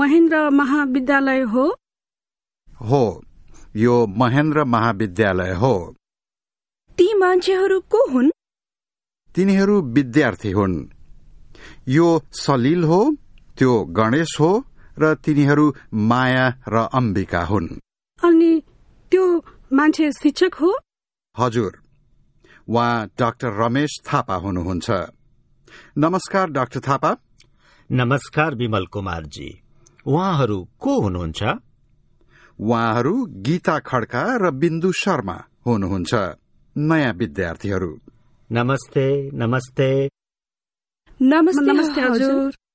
महेन्द्र महाविद्यालय हो हो यो महेन्द्र महाविद्यालय हो ती मान्छेहरू को हुन् तिनीहरू विद्यार्थी हुन् यो सलिल हो त्यो गणेश हो र तिनीहरू माया र अम्बिका हुन् अनि त्यो मान्छे शिक्षक हो हजुर उहाँ डाक्टर रमेश थापा हुनुहुन्छ नमस्कार डाक्टर थापा नमस्कार विमल कुमारजी उहाँहरू को हुनुहुन्छ उहाँहरू गीता खड्का र बिन्दु शर्मा हुनुहुन्छ नयाँ विद्यार्थीहरू नमस्ते नमस्ते नमस्ते हजुर